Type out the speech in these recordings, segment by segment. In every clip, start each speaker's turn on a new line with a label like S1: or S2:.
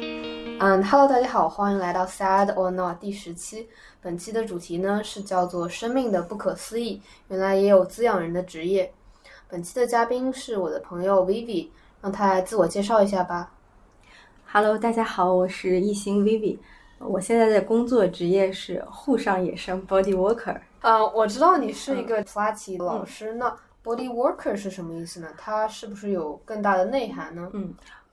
S1: 嗯，Hello，大家好，欢迎来到 Sad or Not 第十期。本期的主题呢是叫做“生命的不可思议”，原来也有滋养人的职业。本期的嘉宾是我的朋友 Vivi，让他来自我介绍一下吧。
S2: Hello，大家好，我是一星 Vivi，我现在的工作职业是沪上野生 body worker。
S1: 嗯，我知道你是一个普拉提嗯老师，那 Body Worker 是什么意思呢？它是不是有更大的内涵呢？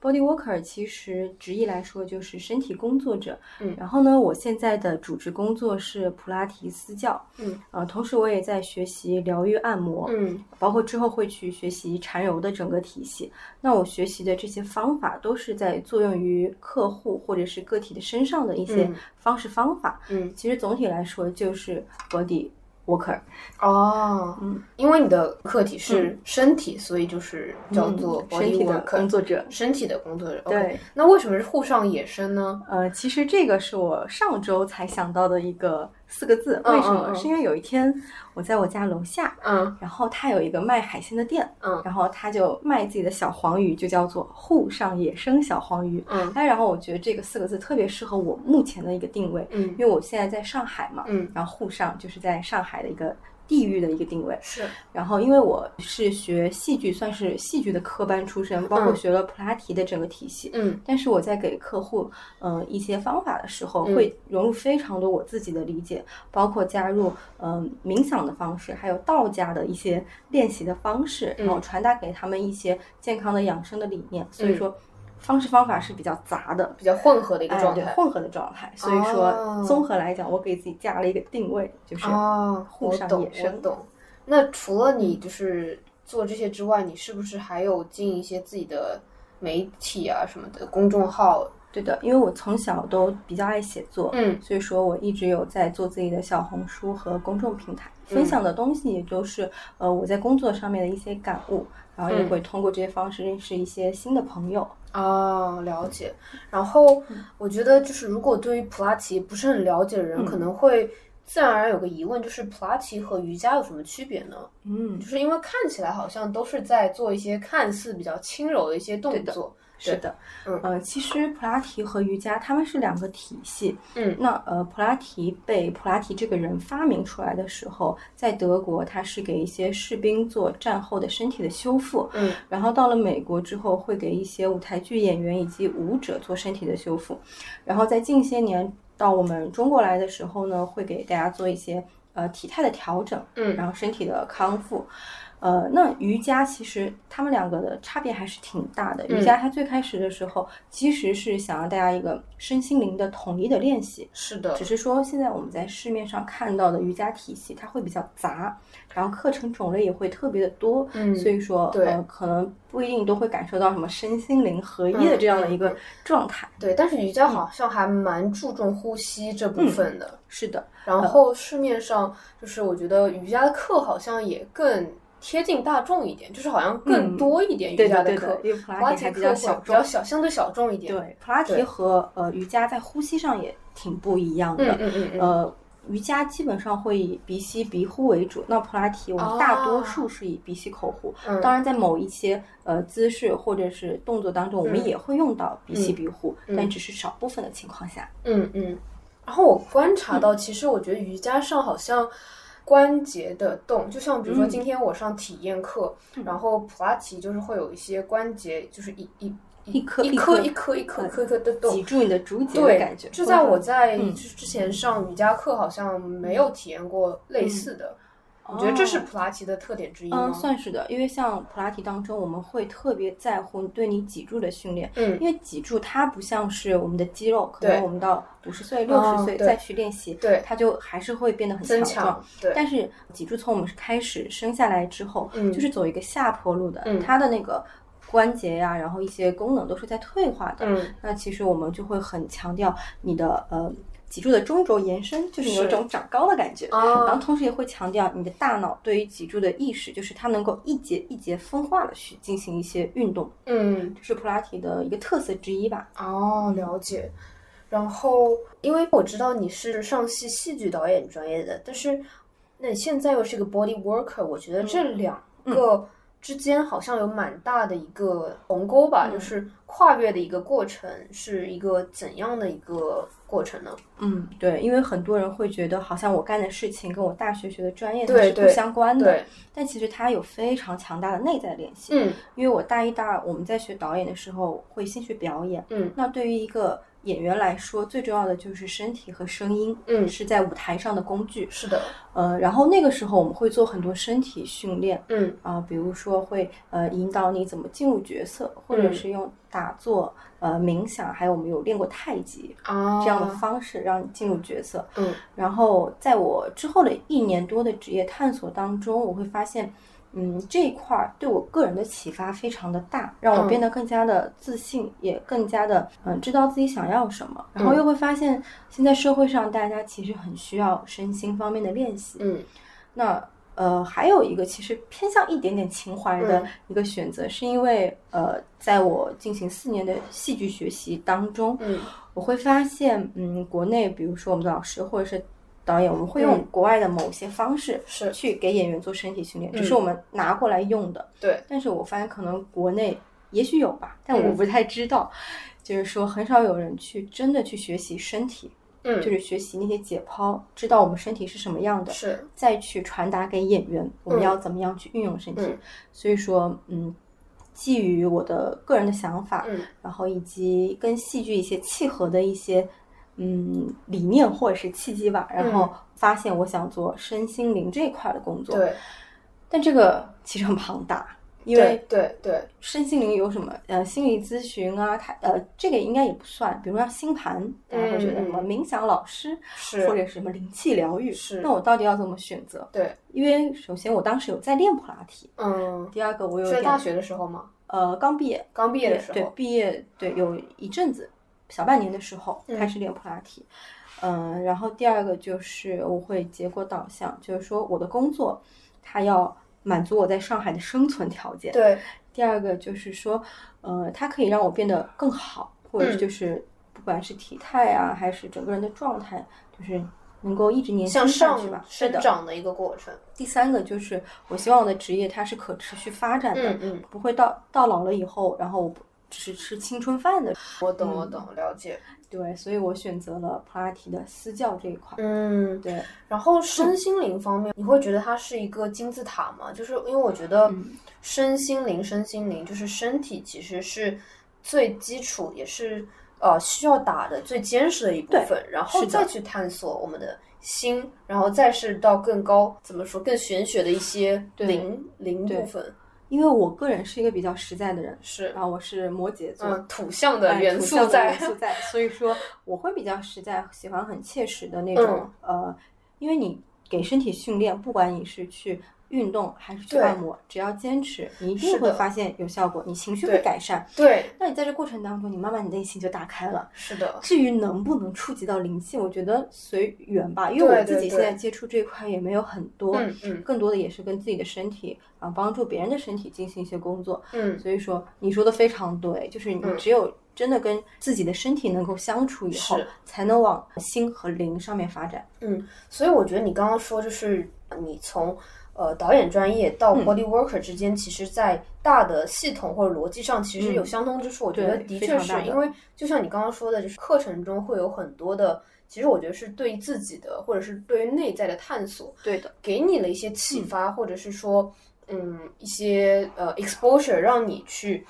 S2: body worker 其实直译来说就是身体工作者。
S1: 嗯
S2: 然后呢，我现在的主职工作是普拉提私教。
S1: 嗯，
S2: 呃，同时我也在学习疗愈按摩。
S1: 嗯
S2: 包括之后会去学习缠柔的整个体系。那我学习的这些方法都是在作用于客户或者是个体的身上的一些
S1: 嗯
S2: 方式方法。
S1: 嗯，
S2: 其实总体来说就是 body worker，
S1: 哦，
S2: 嗯，
S1: 因为你的课题是身体，所以就是叫做
S2: 嗯身
S1: Body
S2: 体的
S1: Worker，
S2: 工作者。
S1: 身体的工作者。OK，
S2: 对，
S1: 那为什么是沪上野生呢？
S2: 呃，其实这个是我上周才想到的一个四个字，
S1: 嗯
S2: 为什么？
S1: 嗯嗯
S2: 是因为有一天我在我家楼下，
S1: 嗯
S2: 然后他有一个卖海鲜的店，
S1: 嗯
S2: 然后他就卖自己的小黄鱼，就叫做沪上野生小黄鱼。
S1: 嗯
S2: 哎，然后我觉得这个四个字特别适合我目前的一个定位，
S1: 嗯
S2: 因为我现在在上海嘛，
S1: 嗯，
S2: 然后沪上就是在上海的一个地域的一个定位。
S1: 是
S2: 然后因为我是学戏剧，算是戏剧的科班出身，包括
S1: 嗯
S2: 学了普拉提的整个体系。
S1: 嗯
S2: 但是我在给客户嗯、呃一些方法的时候，
S1: 嗯
S2: 会融入非常多我自己的理解，包括加入嗯、呃冥想的方式，还有道家的一些练习的方式，
S1: 嗯
S2: 然后传达给他们一些健康的养生的理念。所
S1: 嗯
S2: 以说，方式方法是比较杂的。
S1: 比较混合的一个
S2: 哎，
S1: 状
S2: 对
S1: 态。
S2: 混合的状态，所以说
S1: 哦
S2: 综合来讲，我给自己加了一个定位，就是
S1: 哦，
S2: 沪
S1: 我
S2: 上
S1: 懂
S2: 野
S1: 我
S2: 生
S1: 懂。那除了你就是做这些之外，你是不是还有进一些自己的媒体啊什么的公众号？
S2: 对的，因为我从小都比较爱写作，
S1: 嗯
S2: 所以说我一直有在做自己的小红书和公众平台，
S1: 嗯
S2: 分享的东西也就是呃我在工作上面的一些感悟，然后也
S1: 嗯
S2: 会通过这些方式认识一些新的朋友。
S1: 哦，了解。然后
S2: 嗯
S1: 我觉得就是，如果对于普拉提不是很了解的人，
S2: 嗯
S1: 可能会自然而然有个疑问，就是普拉提和瑜伽有什么区别呢？
S2: 嗯
S1: 就，是因为看起来好像都是在做一些看似比较轻柔的一些动作。
S2: 是的，
S1: 嗯
S2: 呃，其实普拉提和瑜伽他们是两个体系。
S1: 嗯
S2: 那呃，普拉提被普拉提这个人发明出来的时候，在德国他是给一些士兵做战后的身体的修复，
S1: 嗯
S2: 然后到了美国之后，会给一些舞台剧演员以及舞者做身体的修复，然后在近些年到我们中国来的时候呢，会给大家做一些呃体态的调整，
S1: 嗯
S2: 然后身体的康复。呃，那瑜伽其实他们两个的差别还是挺大的。
S1: 嗯
S2: 瑜伽它最开始的时候其实是想让大家一个身心灵的统一的练习，
S1: 是的
S2: 只，是说现在我们在市面上看到的瑜伽体系它会比较杂，然后课程种类也会特别的多，
S1: 嗯
S2: 所以说
S1: 对
S2: 呃可能不一定都会感受到什么身心灵合一
S1: 嗯
S2: 的这样的一个状态。
S1: 对。但是瑜伽好像还蛮注重呼吸这部分的。
S2: 是的，
S1: 然后市面上就是我觉得瑜伽的课好像也更贴近大众一点，就是好像更
S2: 嗯
S1: 多一点
S2: 对
S1: 瑜伽
S2: 的
S1: 的
S2: 对的
S1: 课，。
S2: 因为普
S1: 普
S2: 拉
S1: 拉
S2: 提
S1: 提
S2: 还
S1: 课
S2: 比
S1: 会
S2: 较
S1: 比
S2: 小
S1: 较
S2: 众，
S1: 小，相对小众一点。
S2: 对普拉提
S1: 对
S2: 和呃瑜伽在呼吸上也挺不一样的
S1: 嗯，嗯嗯嗯，
S2: 呃。瑜伽基本上会以鼻吸鼻呼为主，那普拉提我
S1: 哦
S2: 们大多数是以鼻吸口呼，
S1: 嗯
S2: 当然，在某一些呃姿势或者是动作当中，我
S1: 嗯
S2: 们也会用到鼻吸
S1: 嗯
S2: 鼻呼，
S1: 嗯
S2: 但只是少部分的情况下。
S1: 嗯嗯。然后我观察
S2: 嗯
S1: 到，其实我觉得瑜伽上好像关节的动，就像比如说
S2: 嗯
S1: 今天我上体验课，
S2: 嗯
S1: 然后普拉提就是会有一些关节，就是一一
S2: 一颗
S1: 一
S2: 一
S1: 颗
S2: 颗
S1: 一颗一颗一
S2: 嗯
S1: 颗一颗的
S2: 脊
S1: 动。
S2: 柱你的竹节的
S1: 对，
S2: 感觉，
S1: 就在我在
S2: 嗯
S1: 就是之前上瑜伽课，好像没有体验过类似的。
S2: 我
S1: 我觉得这是普拉提的特点之一吗
S2: 哦嗯，？算是的，因为像普拉提当中，我们会特别在乎对你脊柱的训练，
S1: 嗯
S2: 因为脊柱它不像是我们的肌肉，可
S1: 对
S2: 能我们到五十岁、六
S1: 哦
S2: 十岁
S1: 对
S2: 再去练习，
S1: 对
S2: 它就还是会变得很
S1: 增强
S2: 强壮。
S1: 对，
S2: 但是脊柱从我们开始生下来之后，
S1: 嗯
S2: 就是走一个下坡路的，
S1: 嗯
S2: 它的那个关节呀、然后一些功能都是在退化的。
S1: 嗯
S2: 那其实我们就会很强调你的呃脊柱的中轴延伸，就是你有
S1: 是
S2: 种长高的感觉。然后
S1: 啊
S2: 同时也会强调你的大脑对于脊柱的意识，就是它能够一节一节分化的去进行一些运动，
S1: 嗯，
S2: 这是普拉提的一个特色之一吧。
S1: 哦，了解。然后，因为我知道你是上戏戏剧导演专业的，但是那你现在又是一个 body worker，我觉得
S2: 嗯
S1: 这两个之间好像有蛮大的一个鸿沟吧，
S2: 嗯
S1: 就是跨越的一个过程是一个怎样的一个过程呢？
S2: 嗯，对，因为很多人会觉得好像我干的事情跟我大学学的专业它
S1: 对
S2: 是不
S1: 对
S2: 相关的，
S1: 对，
S2: 但其实它有非常强大的内在联系。
S1: 嗯
S2: 因为我大一、大二我们在学导演的时候会先学表演，
S1: 嗯，
S2: 那对于一个演员来说，最重要的就是身体和声音，
S1: 嗯
S2: 是在舞台上的工具，
S1: 是的，
S2: 呃，然后那个时候我们会做很多身体训练。
S1: 嗯
S2: 啊、比如说会呃引导你怎么进入角色，或者
S1: 嗯
S2: 是用打坐、呃冥想，还有我们有练过太极
S1: 啊，
S2: 这样的方式让你进入角色。
S1: 嗯
S2: 然后在我之后的一年多的职业探索当中，我会发现，嗯，这一块儿对我个人的启发非常的大，让我
S1: 嗯
S2: 变得更加的自信，也更加的嗯知道自己想要什么。然后
S1: 嗯
S2: 又会发现，现在社会上大家其实很需要身心方面的练习。
S1: 嗯
S2: 那呃，还有一个其实偏向一点点情怀的
S1: 嗯
S2: 一个选择，是因为呃，在我进行四年的戏剧学习当中，
S1: 嗯
S2: 我会发现，嗯，国内比如说我们的老师或者是导演，我们会用
S1: 嗯
S2: 国外的某些方式
S1: 是
S2: 去给演员做身体训练，
S1: 嗯
S2: 只是我们拿过来用的。
S1: 对，
S2: 但是我发现可能国内也许有吧，但我
S1: 嗯
S2: 不太知道，就是说很少有人去真的去学习身体，就
S1: 嗯
S2: 是学习那些解剖，知道我们身体是什么样的。
S1: 是
S2: 再去传达给演员，我们
S1: 嗯
S2: 要怎么样去运用身体。
S1: 嗯
S2: 所以说，嗯，基于我的个人的想法，
S1: 嗯
S2: 然后以及跟戏剧一些契合的一些嗯理念或者是契机吧，
S1: 嗯
S2: 然后发现我想做身心灵这一块的工作。，
S1: 对
S2: 但这个其实很庞大，因
S1: 对
S2: 为
S1: 对对
S2: 身心灵有什么？呃，心理咨询啊，它呃，这个应该也不算。比如像星盘，大家会觉得
S1: 嗯
S2: 什么冥想老师，
S1: 是
S2: 或者什么灵气疗愈。
S1: 是
S2: 那我到底要怎么选择？
S1: 对，
S2: 因为首先我当时有在练普拉提，
S1: 嗯，
S2: 第二个我有
S1: 在
S2: 点
S1: 大学的时候吗？
S2: 呃刚毕业，
S1: 刚毕业的时
S2: 对
S1: 候，
S2: 毕业对有一阵子小半年的时候
S1: 嗯
S2: 开始练普拉提，嗯、然后第二个就是我会结果导向，就是说我的工作它要满足我在上海的生存条件，
S1: 对，
S2: 第二个就是说，呃，它可以让我变得更好，或者
S1: 嗯
S2: 就是不管是体态啊，还是整个人的状态，就是能够一直年轻
S1: 向
S2: 下去吧
S1: 上。
S2: 是
S1: 生
S2: 的。
S1: 长的一个过程。
S2: 第三个就是，我希望我的职业它是可持续发展的，
S1: 嗯嗯，
S2: 不会到到老了以后，然后我不只是吃青春饭的。
S1: 我懂我
S2: 嗯
S1: 懂，了解。
S2: 对，所以我选择了普拉提的私教这一块。
S1: 嗯，
S2: 对，
S1: 然后身心灵方面，你会觉得它是一个金字塔吗？就是因为我觉得
S2: 嗯
S1: 身心灵，身心灵就是身体其实是最基础，也是呃需要打的最坚实的一部分，然后
S2: 是的
S1: 再去探索我们的心，然后再是到更高怎么说更玄学的一些
S2: 对
S1: 灵灵
S2: 对
S1: 部分
S2: 因为我个人是一个比较实在的人，
S1: 是
S2: 然后我是摩羯座，
S1: 嗯土象
S2: 哎
S1: 的元
S2: 土
S1: 素
S2: 象的
S1: 在
S2: 元，素在，所以说我会比较实在，喜欢很切实的那种、
S1: 嗯
S2: 呃，因为你给身体训练，不管你是去运动还是去
S1: 对
S2: 按摩，只要坚持，你一定
S1: 是
S2: 会
S1: 的
S2: 发现有效果，你情绪会
S1: 对
S2: 改善。
S1: 对，
S2: 那你在这过程当中，你慢慢你的内心就打开了。
S1: 是的，
S2: 至于能不能触及到灵性，我觉得随缘吧，因为
S1: 对
S2: 我自
S1: 对
S2: 己现
S1: 对
S2: 在接触这块也没有很多，
S1: 嗯嗯
S2: 更多的也是跟自己的身体啊，帮助别人的身体进行一些工作。
S1: 嗯，
S2: 所以说，你说的非常对，就是你
S1: 嗯
S2: 只有真的跟自己的身体能够相处以后
S1: 是，
S2: 才能往心和灵上面发展。
S1: 所以我觉得你刚刚说，就是你从呃导演专业到
S2: 嗯
S1: body worker 之间，其实，在大的系统或者逻辑上，其实有
S2: 嗯
S1: 相通之处。我觉
S2: 对
S1: 得的
S2: 非
S1: 确
S2: 常大
S1: 是
S2: 的
S1: 因为，就像你刚刚说的，就是课程中会有很多的，其实我觉得是对自己的，或者是对于内在的探索，
S2: 对的，
S1: 给你了一些启发，或者是说，嗯，一些呃 exposure，让你去。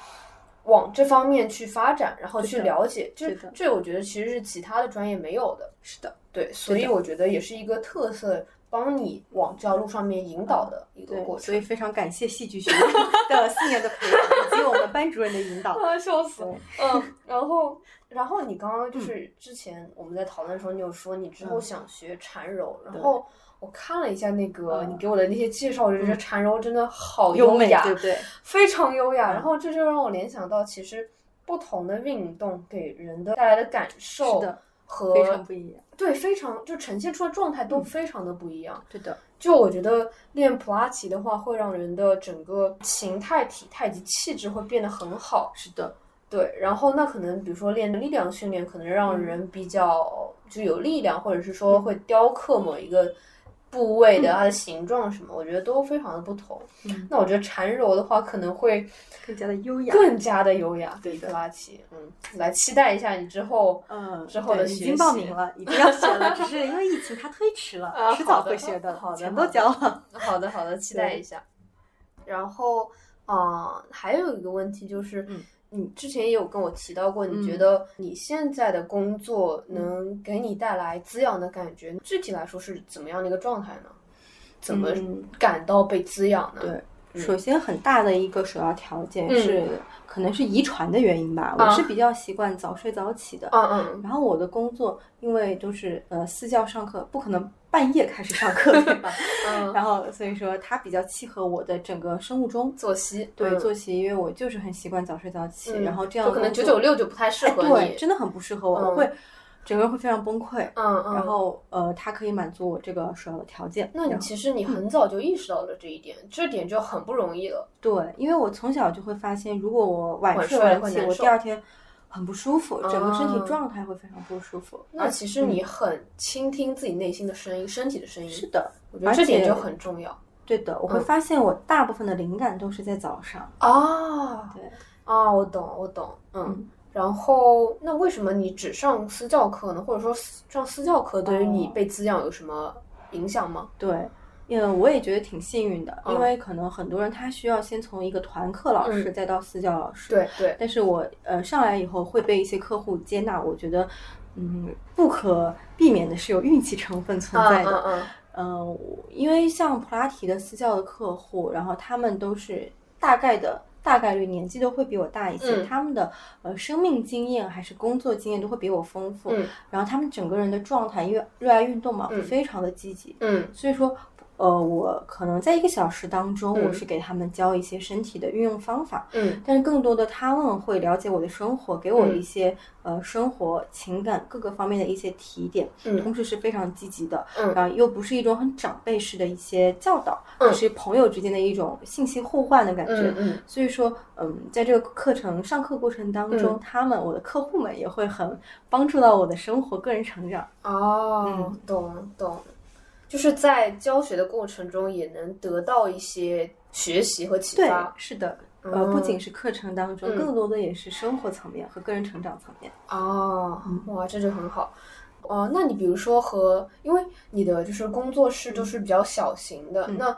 S1: 往这方面去发展，然后
S2: 对
S1: 去
S2: 的
S1: 了解，这
S2: 对的
S1: 这我觉得其实是其他的专业没有的。
S2: 是的，
S1: 对，所以
S2: 的
S1: 我觉得也是一个特色，帮你往这条路上面引导的一个
S2: 对，
S1: 过程。
S2: 所以非常感谢戏剧学院的四年的培养，以及我们班主任的 引导。
S1: 啊，笑死
S2: 对！
S1: 嗯，然后， 然后你刚刚
S2: 嗯
S1: 就是之前我们在讨论的时候，你有说你之后想学缠柔，然后我看了一下那个
S2: 嗯
S1: 你给我的那些介绍，我就觉得缠柔真的好
S2: 优美，
S1: 雅，
S2: 对不对？
S1: 非常优雅。
S2: 嗯
S1: 然后这就让我联想到，其实不同的运动给人的带来的感受
S2: 是的，
S1: 和
S2: 非常不嗯一样。
S1: 对非常就呈现出的状态都非常的不一样。
S2: 对的，
S1: 就我觉得练普拉提的话，会让人的整个形态、体态以及气质会变得很好。
S2: 是的，
S1: 对，然后那可能比如说练力量训
S2: 嗯
S1: 练，可能让人比较就有力量，或者是说会雕刻某一个部位的它的形状什么，我觉得都非常的不同。
S2: 嗯
S1: 那我觉得缠柔的话，可能会
S2: 更加的优雅。
S1: 更加的优雅。
S2: 对的
S1: 斯拉奇，嗯，来期待一下你之后。
S2: 嗯，
S1: 之后的
S2: 对已
S1: 学
S2: 经报
S1: 习
S2: 名了，一定要学了，只是因为疫情它推迟 了，
S1: 啊
S2: 迟早
S1: 好的
S2: 会学的，
S1: 好的
S2: 钱
S1: 好
S2: 都
S1: 的
S2: 交了。
S1: 好的，好的，期待一下。然后，啊，还有一个问题就是，
S2: 嗯
S1: 你之前也有跟我提到过，
S2: 嗯
S1: 你觉得你现在的工作能给你带来滋养的感觉，具体来说是怎么样的一个状态呢？怎么
S2: 嗯
S1: 感到被滋养呢？
S2: 对
S1: 嗯
S2: 首先，很大的一个首要条件
S1: 嗯
S2: 是，可能是遗传的原因吧。我
S1: 啊
S2: 是比较习惯早睡早起的，
S1: 嗯嗯
S2: 然后我的工作因为都是呃私教上课，不可能半夜开始上课，对 吧？
S1: 嗯，
S2: 然后所以说它比较契合我的整个生物钟。
S1: 作息
S2: 对
S1: 嗯
S2: 作息，因为我就是很习惯早睡早起，
S1: 嗯
S2: 然后这样
S1: 就可能
S2: 工作
S1: 九九六就不太适
S2: 哎
S1: 合
S2: 对，
S1: 你。
S2: 真的很不适合我，我
S1: 嗯
S2: 会整个人会非常崩溃。
S1: 嗯嗯，
S2: 然后呃，它可以满足我这个首要的条件。
S1: 那你
S2: 然后嗯
S1: 其实你很早就意识到了这一点，这点就很不容易了。
S2: 对，因为我从小就会发现，如果我晚
S1: 晚
S2: 睡
S1: 睡
S2: 晚
S1: 会
S2: 起，
S1: 难
S2: 我
S1: 受
S2: 第二天很不舒服，整个身体
S1: 嗯
S2: 状态会非常不舒服。
S1: 那其实你很倾听自己内心的声音，身体的声音。
S2: 嗯是的，
S1: 我觉得这点就很重要
S2: 对的，我会
S1: 嗯
S2: 发现我大部分的灵感都是在早上。
S1: 啊
S2: 对，
S1: 啊！我懂，我懂，嗯
S2: 嗯。
S1: 然后，那为什么你只上私教课呢？或者说私上私教课对于你
S2: 哦
S1: 被滋养有什么影响吗？
S2: 对，嗯，我也觉得挺幸运的，因
S1: 嗯
S2: 为可能很多人他需要先从一个团课老师，
S1: 嗯
S2: 再到私教老师。
S1: 对对，
S2: 但是我呃上来以后会被一些客户接纳，我觉得嗯不可避免的是有运气成分存在
S1: 嗯
S2: 的。
S1: 嗯嗯，
S2: 嗯，我因为像普拉提的私教的客户，然后他们都是大概的大概率年纪都会比我大一些，
S1: 嗯
S2: 他们的呃生命经验还是工作经验都会比我丰富，
S1: 嗯
S2: 然后他们整个人的状态，因为热爱运动嘛，
S1: 嗯
S2: 非常的积极，
S1: 嗯
S2: 所以说。呃，我可能在一个小时当中，
S1: 嗯
S2: 我是给他们教一些身体的运用方法，
S1: 嗯
S2: 但是更多的他们会了解我的生活，给我
S1: 嗯
S2: 一些、呃生活、情感各个方面的一些提点，
S1: 嗯
S2: 同时是非常积极的，
S1: 嗯
S2: 然后又不是一种很长辈式的一些教导，
S1: 嗯
S2: 而是朋友之间的一种信息互换的感觉。
S1: 嗯嗯
S2: 所以说，嗯，在这个课程上课过程当中，
S1: 嗯
S2: 他们我的客户们也会很帮助到我的生活、个人成长。
S1: 哦
S2: 嗯，
S1: 懂懂，就是在教学的过程中也能得到一些学习和启
S2: 对
S1: 发，。
S2: 是的，呃，
S1: 嗯
S2: 不仅是课程当中，
S1: 嗯
S2: 更多的也是生活层面和个人成长层面。
S1: 哦
S2: 嗯，
S1: 哇，这就很好。哦，那你比如说和，因为你的就是工作室都是比较小型的，
S2: 嗯
S1: 那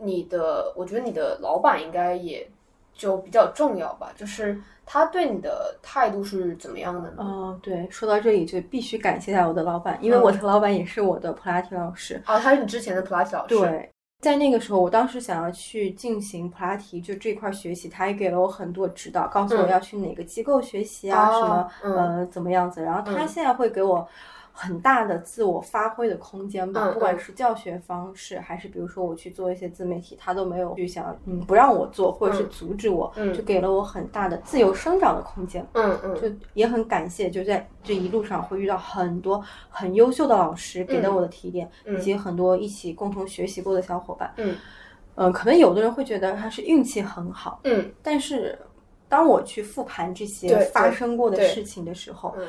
S1: 你的，我觉得你的老板应该也就比较重要吧，就是他对你的态度是怎么样的呢？
S2: 哦，对，说到这里就必须感谢一下我的老板，因为
S1: 嗯
S2: 我的老板也是我的普拉提老师。
S1: 哦，他是你之前的普拉提老师，
S2: 对，在那个时候，我当时想要去进行普拉提就这块学习，他也给了我很多指导，告诉我
S1: 嗯
S2: 要去哪个机构学习啊，什么
S1: 哦、嗯
S2: 呃怎么样子。然后他
S1: 嗯
S2: 现在会给我。很大的自我发挥的空间吧，
S1: 嗯
S2: 不管
S1: 嗯
S2: 是教学方式，还是比如说我去做一些自媒体，他都没有去想，嗯，不让我做，或者是
S1: 嗯
S2: 阻止我，
S1: 嗯
S2: 就给了我很大的自由生长的空间。
S1: 嗯嗯，
S2: 就也很感谢，就在这一路上会遇到很多很优秀的老师给到我的提点，
S1: 嗯
S2: 以及很多一起共同学习过的小伙伴。
S1: 嗯
S2: 嗯、可能有的人会觉得他是运气很好，
S1: 嗯
S2: 但是当我去复盘这些
S1: 对
S2: 发生过的
S1: 对
S2: 事情的时候，
S1: 嗯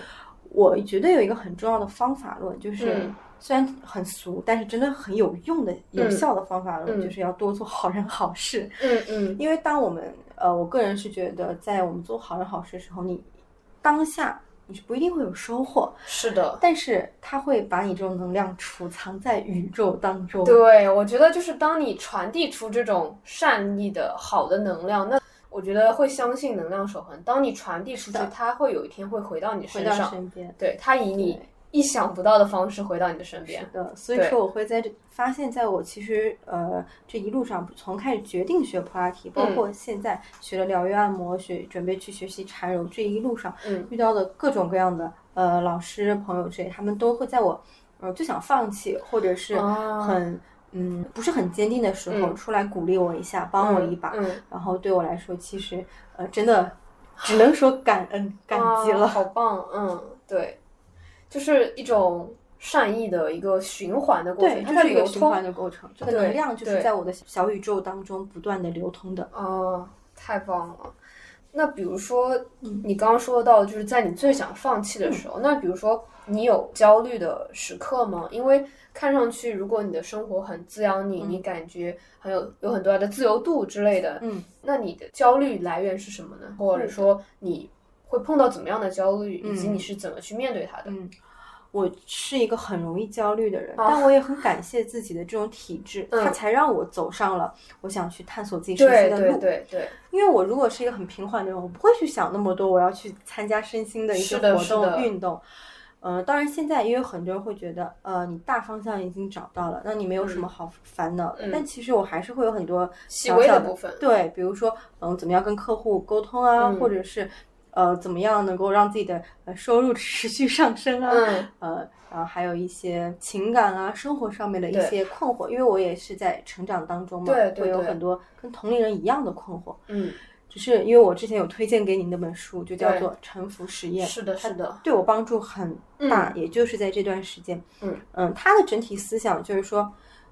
S2: 我觉得有一个很重要的方法论，就是
S1: 嗯
S2: 虽然很俗，但是真的很有用的、有
S1: 嗯
S2: 效的方法论，
S1: 嗯
S2: 就是要多做好人好事。
S1: 嗯嗯，
S2: 因为当我们呃，我个人是觉得，在我们做好人好事的时候，你当下你是不一定会有收获，
S1: 是的，
S2: 但是它会把你这种能量储藏在宇宙当中。
S1: 对，我觉得就是当你传递出这种善意的好的能量，那我觉得会相信能量守恒。当你传递出去
S2: 是的，
S1: 它会有一天会回到你
S2: 回
S1: 身
S2: 到
S1: 上，
S2: 身边。
S1: 对，它以你意想不到的方式回到你的身
S2: 是
S1: 边。
S2: 的，所以
S1: 对
S2: 说我会在这发现，在我其实呃这一路上，从开始决定学普拉提，包
S1: 嗯
S2: 括现在学了疗愈按摩，学准备去学习缠柔，这一路上
S1: 嗯
S2: 遇到的各种各样的呃老师朋友之类，他们都会在我呃就想放弃或者是
S1: 哦
S2: 很、嗯不是很坚定的时候，
S1: 嗯
S2: 出来鼓励我一下，帮我一把。
S1: 嗯，
S2: 然后对我来说，其实呃真的只能说感恩感激
S1: 哇
S2: 了。
S1: 好棒，嗯，对，就是一种善意的一个循环的过
S2: 对，
S1: 程，
S2: 这
S1: 它在
S2: 是一个
S1: 流
S2: 循
S1: 通
S2: 环。的过程，这个
S1: 对
S2: 能量就是
S1: 对
S2: 在我的小宇宙当中不断的流通的。
S1: 哦，太棒了！那比如说，你刚刚说到，就是在你最想放弃的时候，那比如说你有焦虑的时刻吗？因为看上去，如果你的生活很滋养你，你感觉很有有很多的自由度之类的，
S2: 嗯，
S1: 那你的焦虑来源是什么呢？或者说你会碰到怎么样的焦虑，以及
S2: 嗯
S1: 你是怎么去面对它的？
S2: 我是一个很容易焦虑的人，
S1: 啊
S2: 但我也很感谢自己的这种体质，
S1: 嗯
S2: 它才让我走上了我想去探索自己身
S1: 对
S2: 心的路。
S1: 对对对，
S2: 因为我如果是一个很平缓的人，我不会去想那么多，我要去参加身心的一些
S1: 是的
S2: 活
S1: 是
S2: 动
S1: 的
S2: 运动。呃，当然现在也有很多人会觉得，呃，你大方向已经找到了，那你没有什么好烦恼的。
S1: 嗯
S2: 但其实我还是会有很多
S1: 细
S2: 小
S1: 微
S2: 小
S1: 的
S2: 的
S1: 部分，
S2: 对，比如说，嗯，怎么样跟客户沟通啊，
S1: 嗯
S2: 或者是呃，怎么样能够让自己的呃收入 持续上升啊，
S1: 嗯
S2: 呃，然后还有一些情感啊、生活上面的一
S1: 对
S2: 些困惑，因为我也是在成长当中嘛，
S1: 对对
S2: 会有
S1: 对
S2: 很多跟同龄人一样的困惑。
S1: 嗯，
S2: 只是因为我之前有推荐给你那本书，就叫
S1: 对
S2: 做《沉浮实验》，
S1: 是的
S2: 它
S1: 是的，
S2: 对我帮助很大，也就是在这段时间，
S1: 嗯
S2: 嗯，他的整体思想就是说，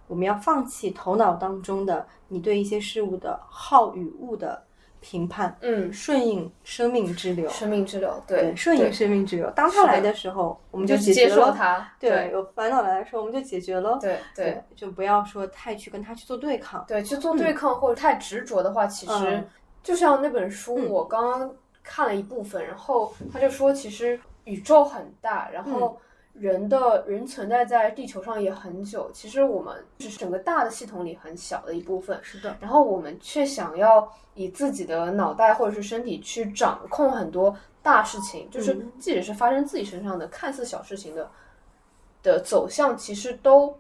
S2: 我们要放弃头脑当中的你对一些事物的好与恶的评判，
S1: 嗯，
S2: 顺应生命之流，
S1: 生命之流，
S2: 对，
S1: 对，
S2: 顺应
S1: 对
S2: 生命之流。当
S1: 是
S2: 它
S1: 的
S2: 来的时候，我们
S1: 就
S2: 解
S1: 接
S2: 决
S1: 受
S2: 了。
S1: 它，
S2: 对，有烦恼来的时候，我们就解决了。
S1: 对对。
S2: 对，就不要说太去跟他去做对抗。
S1: 对，去做对抗或者太执着的话，其实
S2: 嗯
S1: 就像那本书，我刚刚看了一部分，然后他就说，其实宇宙很大，然
S2: 嗯
S1: 后人的人存在在地球上也很久，其实我们只是整个大的系统里很小的一部分。
S2: 是的，
S1: 然后我们却想要以自己的脑袋或者是身体去掌控很多大事情，就是
S2: 嗯
S1: 即使是发生自己身上的看似小事情的的走向，其实都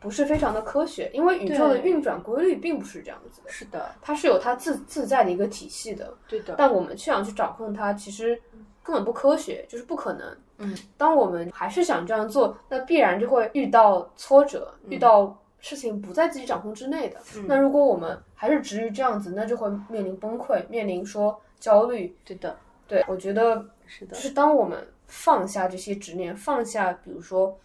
S1: 不是非常的科学，因为宇宙的
S2: 对
S1: 运转规律并不是这样子的，
S2: 是的，
S1: 它是有它自自在的一个体系的，
S2: 对的。
S1: 但我们却想去掌控它，其实根本不科学，就是不可能。
S2: 嗯，
S1: 当我们还是想这样做，那必然就会遇到挫折，
S2: 嗯
S1: 遇到事情不在自己掌控之内的。那如果我们还是执于这样子，那就会面临崩溃，面临说焦虑。
S2: 对的，
S1: 对我觉得，
S2: 是
S1: 就
S2: 的，
S1: 是当我们放下这些执念，放下，比如说，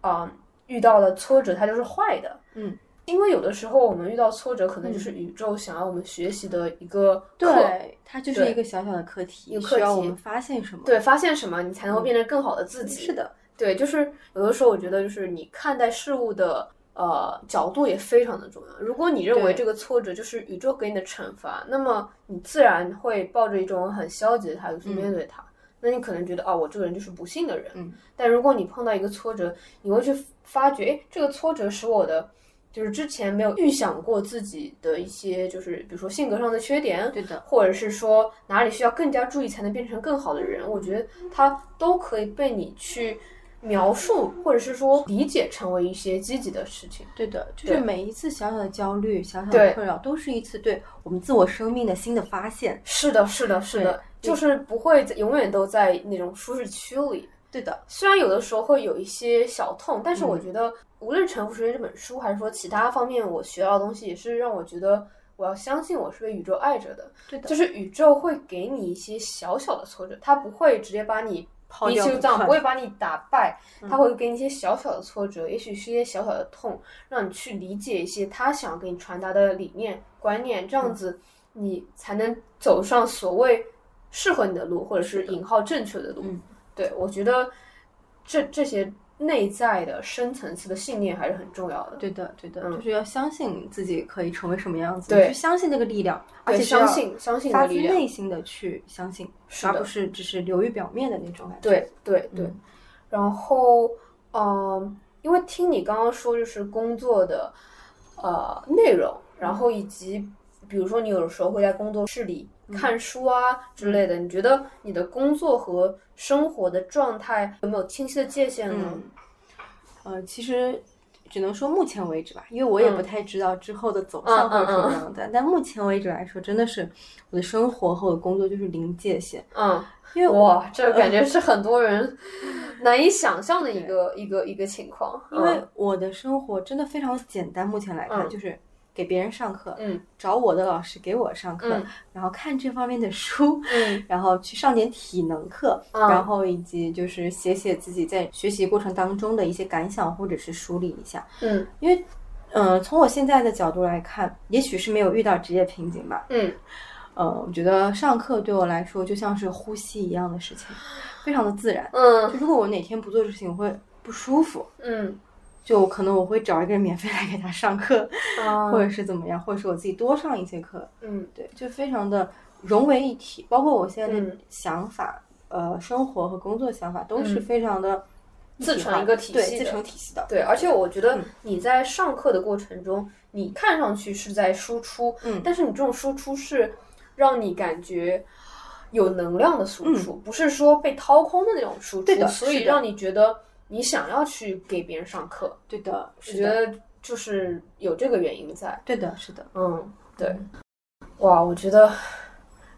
S1: 啊、遇到了挫折，它就是坏的。
S2: 嗯。
S1: 因为有的时候我们遇到挫折，可能就是宇宙想要我们学习的一个课，
S2: 对，它就是
S1: 对
S2: 一个小小的课
S1: 一
S2: 题，
S1: 个课
S2: 需要我
S1: 题
S2: 们发现什么。
S1: 对，发现什么，你才能够变成更好的自己。
S2: 嗯是，的，
S1: 对，就是有的时候我觉得，就是你看待事物的呃角度也非常的重要。如果你认为
S2: 对
S1: 这个挫折就是宇宙给你的惩罚，那么你自然会抱着一种很消极的态度去面对它。那你可能觉得，哦，我这个人就是不幸的人。
S2: 嗯
S1: 但如果你碰到一个挫折，你会去发觉，哎，这个挫折使我的。就是之前没有预想过自己的一些，就是比如说性格上的缺点，
S2: 对的，
S1: 或者是说哪里需要更加注意才能变成更好的人，我觉得它都可以被你去描述，或者是说理解成为一些积极的事情。
S2: 对的，就是
S1: 对
S2: 每一次小小的焦虑、小小
S1: 对
S2: 的困扰，都是一次对我们自我生命的新的发现。
S1: 是的，是的，是的，就是不会在永远都在那种舒适区里。
S2: 对的，
S1: 虽然有的时候会有一些小痛，但是我觉得无论《沉浮实验》这本书，还是说其他方面我学到的东西，也是让我觉得我要相信我是被宇宙爱着的。
S2: 对的，
S1: 就是宇宙会给你一些小小的挫折，它不会直接把你
S2: 抛
S1: 你
S2: 掉嗯
S1: 就
S2: 不
S1: 这样
S2: 看
S1: 不会把你打败，它会给你一些小小的挫折，也许是一些小小的痛，让你去理解一些他想要给你传达的理念、观念，这
S2: 嗯
S1: 样子你才能走上所谓适合你的路，或者是引号正确的路。
S2: 嗯
S1: 对我觉得这这些内在的深层次的信念还是很重要的。
S2: 对的，对的，
S1: 嗯
S2: 就是要相信自己可以成为什么样子，
S1: 对
S2: 去相信这个力量，而
S1: 对
S2: 且是
S1: 相
S2: 要
S1: 信相信你
S2: 发
S1: 的
S2: 自
S1: 力量，
S2: 内心的去相信，
S1: 是
S2: 而
S1: 的
S2: 不是只是流于表面的那种感觉。
S1: 对对对，
S2: 嗯
S1: 然后嗯，因为听你刚刚说就是工作的呃内容，然
S2: 嗯
S1: 后以及比如说你有时候会在工作室里看书啊之类的，
S2: 嗯
S1: 你觉得你的工作和生活的状态有没有清晰的界限呢？
S2: 嗯呃，其实只能说目前为止吧，因为我也
S1: 嗯
S2: 不太知道之后的走向会是什么样的。但目前为止来说，真的是我的生活和我的工作就是零界限，
S1: 嗯，
S2: 因为我。
S1: 哇，这个感觉是很多人难以想象的一 个一个一个情况，
S2: 因为我的生活真的非常简单，目前来看、
S1: 嗯
S2: 就是给别人上课，
S1: 嗯
S2: 找我的老师给我上课，
S1: 嗯
S2: 然后看这方面的书，
S1: 嗯
S2: 然后去上点体能课，
S1: 嗯
S2: 然后以及就是写写自己在学习过程当中的一些感想，或者是梳理一下。
S1: 嗯
S2: 因呃为，嗯、从我现在的角度来看，也许是没有遇到职业瓶颈吧。
S1: 嗯
S2: 呃，我觉得上课对我来说就像是呼吸一样的事情，非常的自然。
S1: 嗯
S2: 就如果我哪天不做这事情，我会不舒服，
S1: 嗯，
S2: 就可能我会找一个人免费来给他上课，
S1: 啊
S2: 或者是怎么样，或者是我自己多上一节课，
S1: 嗯
S2: 对，就非常的融为一体。包括我现在的
S1: 嗯
S2: 想法，呃，生活和工作想法都是
S1: 嗯
S2: 非常的一
S1: 自
S2: 体
S1: 成
S2: 化
S1: 一
S2: 的
S1: 个体系
S2: 对，
S1: 的
S2: 自成体系的。
S1: 对，而且我觉得
S2: 嗯
S1: 你在上课的过程中，你看上去是在输出，
S2: 嗯
S1: 但是你这种输出是让你感觉有能量的输出，不是说被掏空的那种输出，
S2: 嗯对的
S1: 所以
S2: 是的
S1: 让你觉得你想要去给别人上课，
S2: 对的，
S1: 我
S2: 是
S1: 觉
S2: 的，
S1: 得就是有这个原因在。
S2: 对的，是的，
S1: 嗯，对，哇，我觉得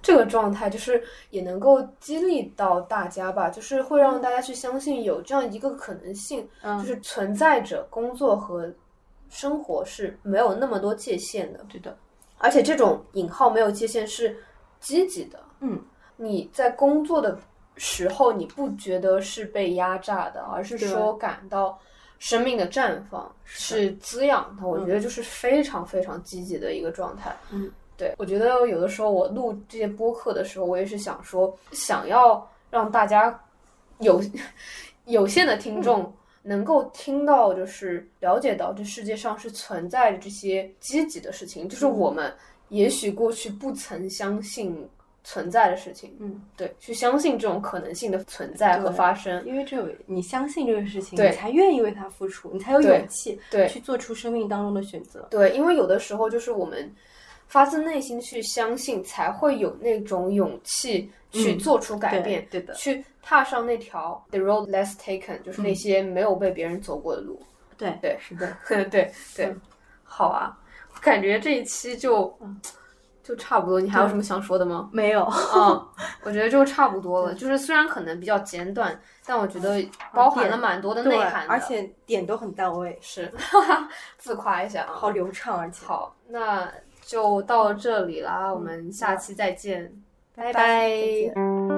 S1: 这个状态就是也能够激励到大家吧，就是会让大家去相信有这样一个可能性，就
S2: 嗯，
S1: 是存在着工作和生活是没有那么多界限的，
S2: 对的，
S1: 而且这种引号没有界限是积极的，
S2: 嗯，
S1: 你在工作的时候你不觉得是被压榨的，而是
S2: 对
S1: 说感到。生命的绽放
S2: 是
S1: 是滋养的，我觉得就是非常非常积极的一个状态。
S2: 嗯，
S1: 对，我觉得有的时候我录这些播客的时候，我也是想说，想要让大家有 有限的
S2: 嗯
S1: 听众能够听到，就是了解到这世界上是存在着这些积极的事情，就是
S2: 嗯
S1: 我们也许过去不曾相信存在的事情，
S2: 嗯，
S1: 对，去相信这种可能性的存在和
S2: 对
S1: 发生，
S2: 因为只有你相信这个事情，
S1: 对
S2: 你才愿意为它付出，你才有
S1: 对
S2: 勇气
S1: 对
S2: 去做出生命当中的选择。
S1: 对，因为有的时候就是我们发自内心去相信，才会有那种勇气去
S2: 嗯
S1: 做出改
S2: 对
S1: 变，
S2: 对的
S1: 去踏上那条 the road less taken，就是那
S2: 嗯
S1: 些没有被别人走过的路。
S2: 对
S1: 对
S2: 是的，
S1: 对对
S2: 嗯，
S1: 好啊，我感觉这一期就嗯就差不多。你还有什么想说的 吗？
S2: 没有，
S1: 嗯，我觉得就差不多了。就是虽然可能比较简短，但我觉得包含了蛮多的内
S2: 嗯对，
S1: 涵的
S2: 而且点都很到位，
S1: 是 自夸一下啊。
S2: 好流畅，而且
S1: 好，那就到这里啦，我们下期再见，拜
S2: 拜拜再见
S1: 拜